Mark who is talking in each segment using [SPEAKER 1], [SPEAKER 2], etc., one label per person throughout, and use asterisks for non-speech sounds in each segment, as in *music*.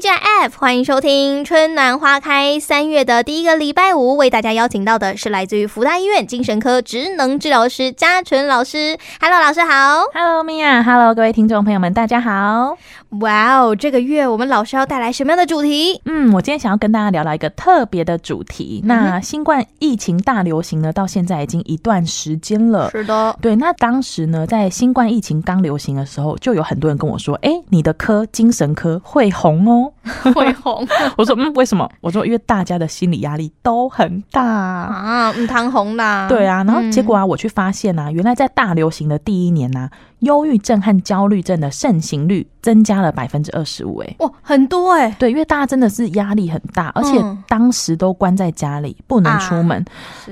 [SPEAKER 1] TGIF，欢迎收听《春暖花开》。三月的第一个礼拜五，为大家邀请到的是来自于福大医院精神科职能治疗师嘉纯老师。Hello，老师好。
[SPEAKER 2] Hello Mia，Hello 各位听众朋友们，大家好。
[SPEAKER 1] 哇哦，这个月我们老师要带来什么样的主题？
[SPEAKER 2] 嗯，我今天想要跟大家聊聊一个特别的主题。那新冠疫情大流行呢，到现在已经一段时间了。
[SPEAKER 1] 是的，
[SPEAKER 2] 对，那当时呢，在新冠疫情刚流行的时候，就有很多人跟我说：“哎、你的科精神科会红哦。
[SPEAKER 1] 会红”
[SPEAKER 2] *laughs* 我说：“嗯，为什么？”我说：“因为大家的心理压力都很
[SPEAKER 1] *laughs*
[SPEAKER 2] 大。
[SPEAKER 1] 啊，嗯，唐红啦。 *laughs*
[SPEAKER 2] 对啊，然后结果
[SPEAKER 1] 嗯、
[SPEAKER 2] 啊，我去发现啊，原来在大流行的第一年啊，忧郁症和焦虑症的盛行率增加了百分之二十五。哎、
[SPEAKER 1] 哇，很多哎、
[SPEAKER 2] 对，因为大家真的是压力很大，而且
[SPEAKER 1] 嗯啊
[SPEAKER 2] 当时都关在家里，不能出门，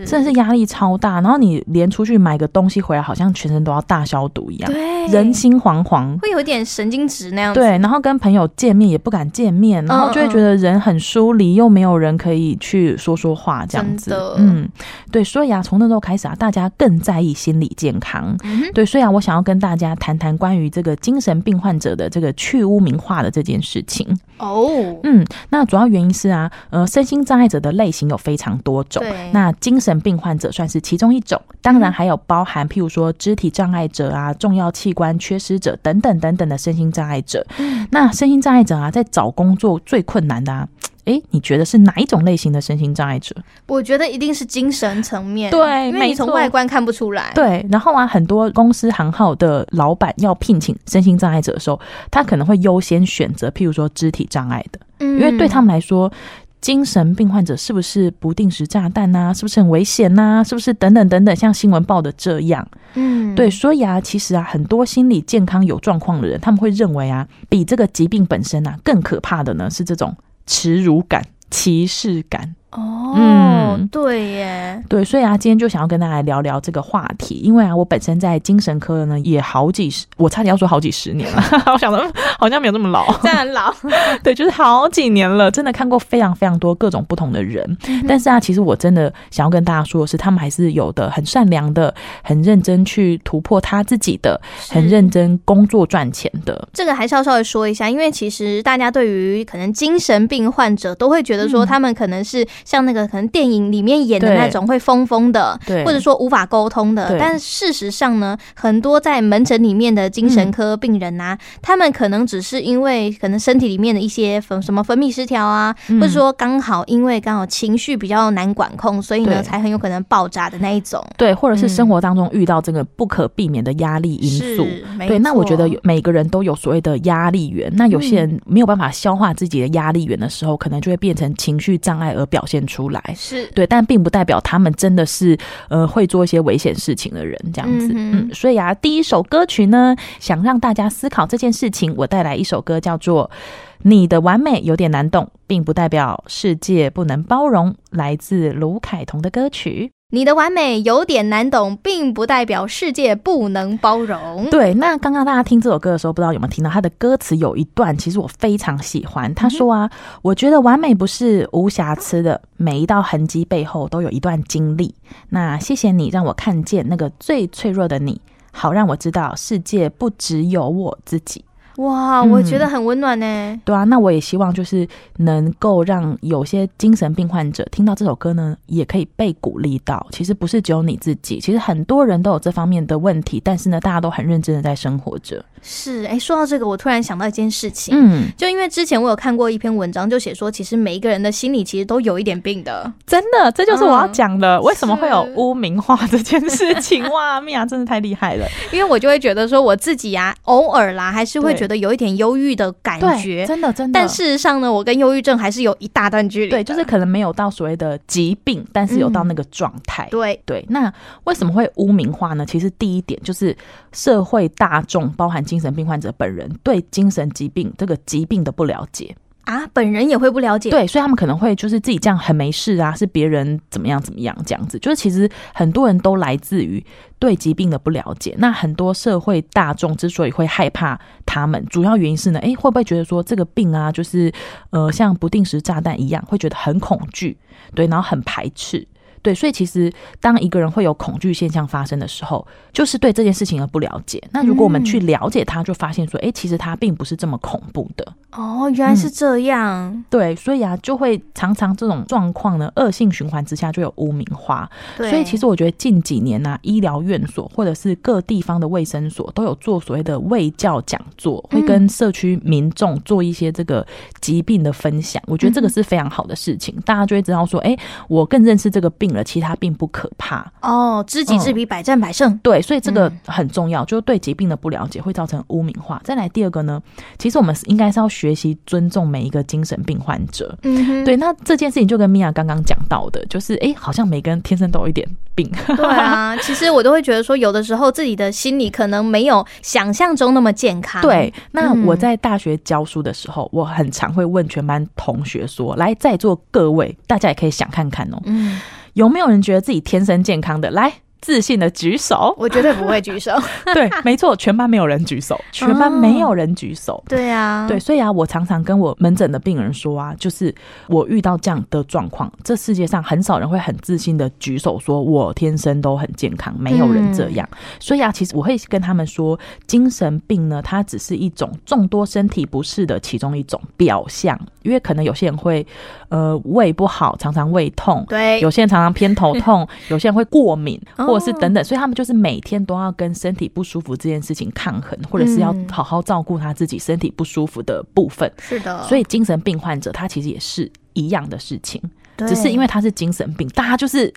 [SPEAKER 2] 真
[SPEAKER 1] 是
[SPEAKER 2] 的是压力超大。然后你连出去买个东西回来，好像全身都要大消毒一样，
[SPEAKER 1] 对
[SPEAKER 2] 人心惶惶。
[SPEAKER 1] 会有点神经质那样子。嗯
[SPEAKER 2] 对，然后跟朋友见面也不敢见面，然后就会觉得人很疏离，又没有人可以去说说话这样
[SPEAKER 1] 真
[SPEAKER 2] 子
[SPEAKER 1] 的。
[SPEAKER 2] 嗯，对，所以啊，从那时候开始啊，大家更在意心理健康。
[SPEAKER 1] 嗯哼，
[SPEAKER 2] 对，所以啊，我想要跟大家谈谈关于这个精神病患者的这个去污名化的这件事情。
[SPEAKER 1] 哦，
[SPEAKER 2] 嗯，那主要原因是啊，呃，身心障碍者的类型有非常多种，
[SPEAKER 1] 对
[SPEAKER 2] 那精神病患者算是其中一种，当
[SPEAKER 1] 嗯
[SPEAKER 2] 然还有包含譬如说肢体障碍者啊、重要器官缺失者等等等等的身心障碍者。
[SPEAKER 1] 嗯
[SPEAKER 2] 那身心障碍者啊，在找工作最困难的啊。诶，你觉得是哪一种类型的身心障碍者？
[SPEAKER 1] 我觉得一定是精神层面，
[SPEAKER 2] 对
[SPEAKER 1] 因为你
[SPEAKER 2] 没
[SPEAKER 1] 从
[SPEAKER 2] 错
[SPEAKER 1] 外观看不出来，
[SPEAKER 2] 对，然后啊，很多公司行号的老板要聘请身心障碍者的时候，他可能会优先选择譬如说肢体障碍的。
[SPEAKER 1] 嗯，
[SPEAKER 2] 因为对他们来说，精神病患者是不是不定时炸弹呐、是不是很危险呐、是不是等等等等，像新闻报的这样？
[SPEAKER 1] 嗯，
[SPEAKER 2] 对，所以啊，其实啊，很多心理健康有状况的人，他们会认为啊，比这个疾病本身啊更可怕的呢是这种耻辱感。歧视感，
[SPEAKER 1] 哦，
[SPEAKER 2] 嗯
[SPEAKER 1] 对
[SPEAKER 2] *laughs*
[SPEAKER 1] 耶，
[SPEAKER 2] 对，所以啊，今天就想要跟大家聊聊这个话题，因为啊，我本身在精神科呢也好几十，我差点要说好几十年了， *laughs* 我想说好像没有这么老，
[SPEAKER 1] 这样很老， *laughs*
[SPEAKER 2] 对，就是好几年了，真的看过非常非常多各种不同的人，
[SPEAKER 1] 嗯
[SPEAKER 2] 但是啊，其实我真的想要跟大家说的是，他们还是有的很善良的，很认真去突破他自己的，很认真工作赚钱的。
[SPEAKER 1] 嗯这个还是要稍微说一下，因为其实大家对于可能精神病患者都会觉得说，
[SPEAKER 2] 嗯
[SPEAKER 1] 他们可能是像那个可能电影里面演的
[SPEAKER 2] 对
[SPEAKER 1] 那种会疯疯的。
[SPEAKER 2] 对
[SPEAKER 1] 或者说无法沟通的，
[SPEAKER 2] 对
[SPEAKER 1] 但事实上呢，很多在门诊里面的精
[SPEAKER 2] 嗯
[SPEAKER 1] 神科病人呐、他们可能只是因为可能身体里面的一些分什么分泌失调啊，
[SPEAKER 2] 嗯
[SPEAKER 1] 或者说刚好因为刚好情绪比较难管控，所以呢
[SPEAKER 2] 对
[SPEAKER 1] 才很有可能爆炸的那一种
[SPEAKER 2] 对，或者是生
[SPEAKER 1] 嗯
[SPEAKER 2] 活当中遇到这个不可避免的压力因素。
[SPEAKER 1] 是没
[SPEAKER 2] 对，那我觉得
[SPEAKER 1] 错
[SPEAKER 2] 有每个人都有所谓的压力源。那有些
[SPEAKER 1] 嗯
[SPEAKER 2] 人没有办法消化自己的压力源的时候，可能就会变成情绪障碍而表现出来。
[SPEAKER 1] 是
[SPEAKER 2] 对，但并不代表他们真的是呃会做一些危险事情的人，这样子。
[SPEAKER 1] 嗯
[SPEAKER 2] 嗯
[SPEAKER 1] 哼
[SPEAKER 2] 所以啊，第一首歌曲呢，想让大家思考这件事情，我带来一首歌叫做《你的完美有点难懂，并不代表世界不能包容》，来自卢凯彤的歌曲。
[SPEAKER 1] 你的完美有点难懂，并不代表世界不能包容。
[SPEAKER 2] 对，那刚刚大家听这首歌的时候，不知道有没有听到他的歌词有一段，其实我非常喜欢。他说啊，我觉得完美不是无瑕疵的，每一道痕迹背后都有一段经历。那谢谢你让我看见那个最脆弱的你，好让我知道世界不只有我自己。
[SPEAKER 1] 哇，
[SPEAKER 2] 嗯
[SPEAKER 1] 我觉得很温暖呢。
[SPEAKER 2] 对啊，那我也希望就是能够让有些精神病患者听到这首歌呢，也可以被鼓励到。其实不是只有你自己，其实很多人都有这方面的问题，但是呢，大家都很认真的在生活着。
[SPEAKER 1] 是，哎，说到这个，我突然想到一件事情。
[SPEAKER 2] 嗯。
[SPEAKER 1] 就因为之前我有看过一篇文章，就写说，其实每一个人的心里其实都有一点病的。
[SPEAKER 2] 真的，这就是我要讲的。为什么
[SPEAKER 1] 是
[SPEAKER 2] 会有污名化这件事情？哇，米娅真的太厉害 *laughs* 了，
[SPEAKER 1] 因为我就会觉得说，我自己呀、偶尔啦，还是会
[SPEAKER 2] 对
[SPEAKER 1] 觉得有一点忧郁的感觉。
[SPEAKER 2] 真的真的。
[SPEAKER 1] 但事实上呢，我跟忧郁症还是有一大段距离的。
[SPEAKER 2] 对，就是可能没有到所谓的疾病，但是有到那个状态。
[SPEAKER 1] 对，
[SPEAKER 2] 对，那为什么会污名化呢？其实第一点就是社会大众，包含精神病患者本人，对精神疾病这个疾病的不了解。
[SPEAKER 1] 啊，本人也会不了解。
[SPEAKER 2] 对，所以他们可能会就是自己这样很没事啊，是别人怎么样怎么样这样子。就是其实很多人都来自于对疾病的不了解。那很多社会大众之所以会害怕他们，主要原因是呢，诶，会不会觉得说这个病啊，就是呃像不定时炸弹一样，会觉得很恐惧，对，然后很排斥。对，所以其实当一个人会有恐惧现象发生的时候，就是对这件事情而不了解。那如果我们去了解它，就发现说，哎、其实它并不是这么恐怖的。
[SPEAKER 1] 哦，原来是这样。
[SPEAKER 2] 对，所以啊，就会常常这种状况呢，恶性循环之下就有污名化。
[SPEAKER 1] 对，
[SPEAKER 2] 所以其实我觉得近几年呢、医疗院所或者是各地方的卫生所都有做所谓的卫教讲座，会跟社区民众做一些这个疾病的分享。我觉得这个是非常好的事情，大家就会知道说，哎、我更认识这个病了，其他并不可怕。
[SPEAKER 1] 哦，知己知彼，
[SPEAKER 2] 嗯
[SPEAKER 1] 百战百胜。
[SPEAKER 2] 对，所以这个
[SPEAKER 1] 嗯
[SPEAKER 2] 很重要，就是对疾病的不了解会造成污名化。再来第二个呢，其实我们是应该是要学习尊重每一个精神病患者。
[SPEAKER 1] 嗯哼，
[SPEAKER 2] 对，那这件事情就跟米娅刚刚讲到的，就是哎、诶好像每个人天生都有一点病，
[SPEAKER 1] *laughs* 对啊，其实我都会觉得说，有的时候自己的心理可能没有想象中那么健康。
[SPEAKER 2] *laughs* 对，，那
[SPEAKER 1] 嗯
[SPEAKER 2] 我在大学教书的时候，我很常会问全班同学说：“来，在座各位，大家也可以想看看哦，
[SPEAKER 1] 嗯，
[SPEAKER 2] 有没有人觉得自己天生健康的？来，自信的举手。
[SPEAKER 1] 我绝对不会举手。”
[SPEAKER 2] 对，没错，全班没有人举手，全班
[SPEAKER 1] 哦
[SPEAKER 2] 没有人举手。
[SPEAKER 1] *laughs* 对啊，
[SPEAKER 2] 对，，所以啊，我常常跟我门诊的病人说啊，就是我遇到这样的状况，这世界上很少人会很自信的举手说，我天生都很健康，没有人这样。所以啊，其实我会跟他们说，精神病呢，它只是一种众多身体不适的其中一种表象，因为可能有些人会呃胃不好，常常胃痛，
[SPEAKER 1] 对，
[SPEAKER 2] 有些人常常偏头
[SPEAKER 1] *laughs*
[SPEAKER 2] 痛，有些人会过敏，
[SPEAKER 1] 哎哦
[SPEAKER 2] 或者是等等，所以他们就是每天都要跟身体不舒服这件事情抗衡，或者是要
[SPEAKER 1] 嗯
[SPEAKER 2] 好好照顾他自己身体不舒服的部分。
[SPEAKER 1] 是的，
[SPEAKER 2] 所
[SPEAKER 1] 以
[SPEAKER 2] 以精神病患者他其实也是一样的事情，只是因为他是精神病，大家就是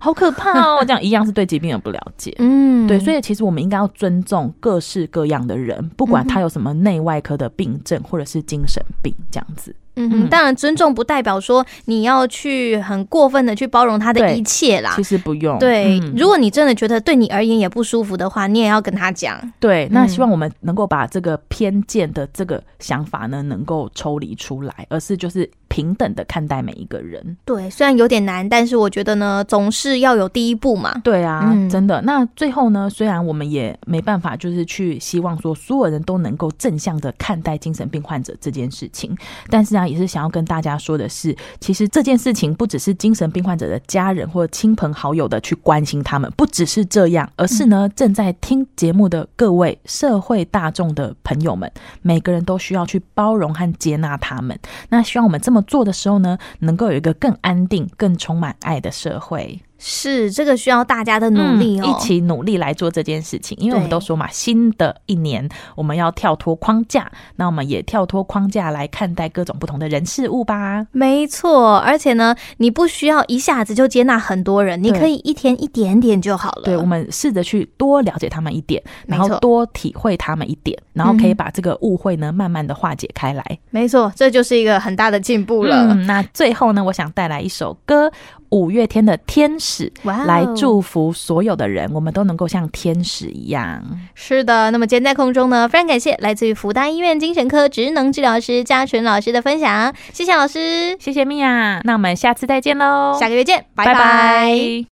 [SPEAKER 2] 好可怕哦，这样一样是对疾病的不了解。
[SPEAKER 1] 嗯，
[SPEAKER 2] 对，所以其实我们应该要尊重各式各样的人，不
[SPEAKER 1] 嗯
[SPEAKER 2] 管他有什么内外科的病症或者是精神病这样子。
[SPEAKER 1] 嗯哼，
[SPEAKER 2] 嗯
[SPEAKER 1] 当然尊重不代表说你要去很过分的去包容他的
[SPEAKER 2] 对
[SPEAKER 1] 一切啦
[SPEAKER 2] 其。实不用，
[SPEAKER 1] 啊对，
[SPEAKER 2] 嗯
[SPEAKER 1] 如果你真的觉得对你而言也不舒服的话，你也要跟他讲。
[SPEAKER 2] 对，那
[SPEAKER 1] 嗯
[SPEAKER 2] 希望我们能够把这个偏见的这个想法呢，能够抽离出来，而是就是平等的看待每一个人。
[SPEAKER 1] 对，虽然有点难，但是我觉得呢，总是要有第一步嘛。
[SPEAKER 2] 对啊，
[SPEAKER 1] 嗯
[SPEAKER 2] 真的。那最后呢，虽然我们也没办法，就是去希望说所有人都能够正向的看待精神病患者这件事情，但是啊，也是想要跟大家说的是，其实这件事情不只是精神病患者的家人或亲朋好友的去关心他们，不只是这样，而是呢，正在听节目的各位社会大众的朋友们，每个人都需要去包容和接纳他们。那希望我们这么做的时候呢，能够有一个更安定、更充满爱的社会。
[SPEAKER 1] 是，这个需要大家的努
[SPEAKER 2] 嗯
[SPEAKER 1] 力哦。
[SPEAKER 2] 一起努力来做这件事情。因为我们
[SPEAKER 1] 对
[SPEAKER 2] 都说嘛，新的一年我们要跳脱框架，那我们也跳脱框架来看待各种不同的人事物吧。
[SPEAKER 1] 没错，而且呢，你不需要一下子就接纳很多人，你
[SPEAKER 2] 对
[SPEAKER 1] 可以一天一点点就好了。
[SPEAKER 2] 对，我们试着去多了解他们一点，
[SPEAKER 1] 没
[SPEAKER 2] 然
[SPEAKER 1] 错
[SPEAKER 2] 后多体会他们一点，然后可以
[SPEAKER 1] 嗯哼
[SPEAKER 2] 把这个误会呢慢慢的化解开来。
[SPEAKER 1] 没错，这就是一个很大的进步了。 *laughs*
[SPEAKER 2] 嗯，那最后呢，我想带来一首歌，五月天的《天使》。
[SPEAKER 1] 哇哦
[SPEAKER 2] 来祝福所有的人，我们都能够像天使一样。
[SPEAKER 1] 是的，那么今天在空中呢，非常感谢来自于福大医院精神科职能治疗师嘉纯老师的分享，谢谢老师，
[SPEAKER 2] 谢谢米娅，那我们下次再见喽，
[SPEAKER 1] 下个月见，拜拜
[SPEAKER 2] 拜拜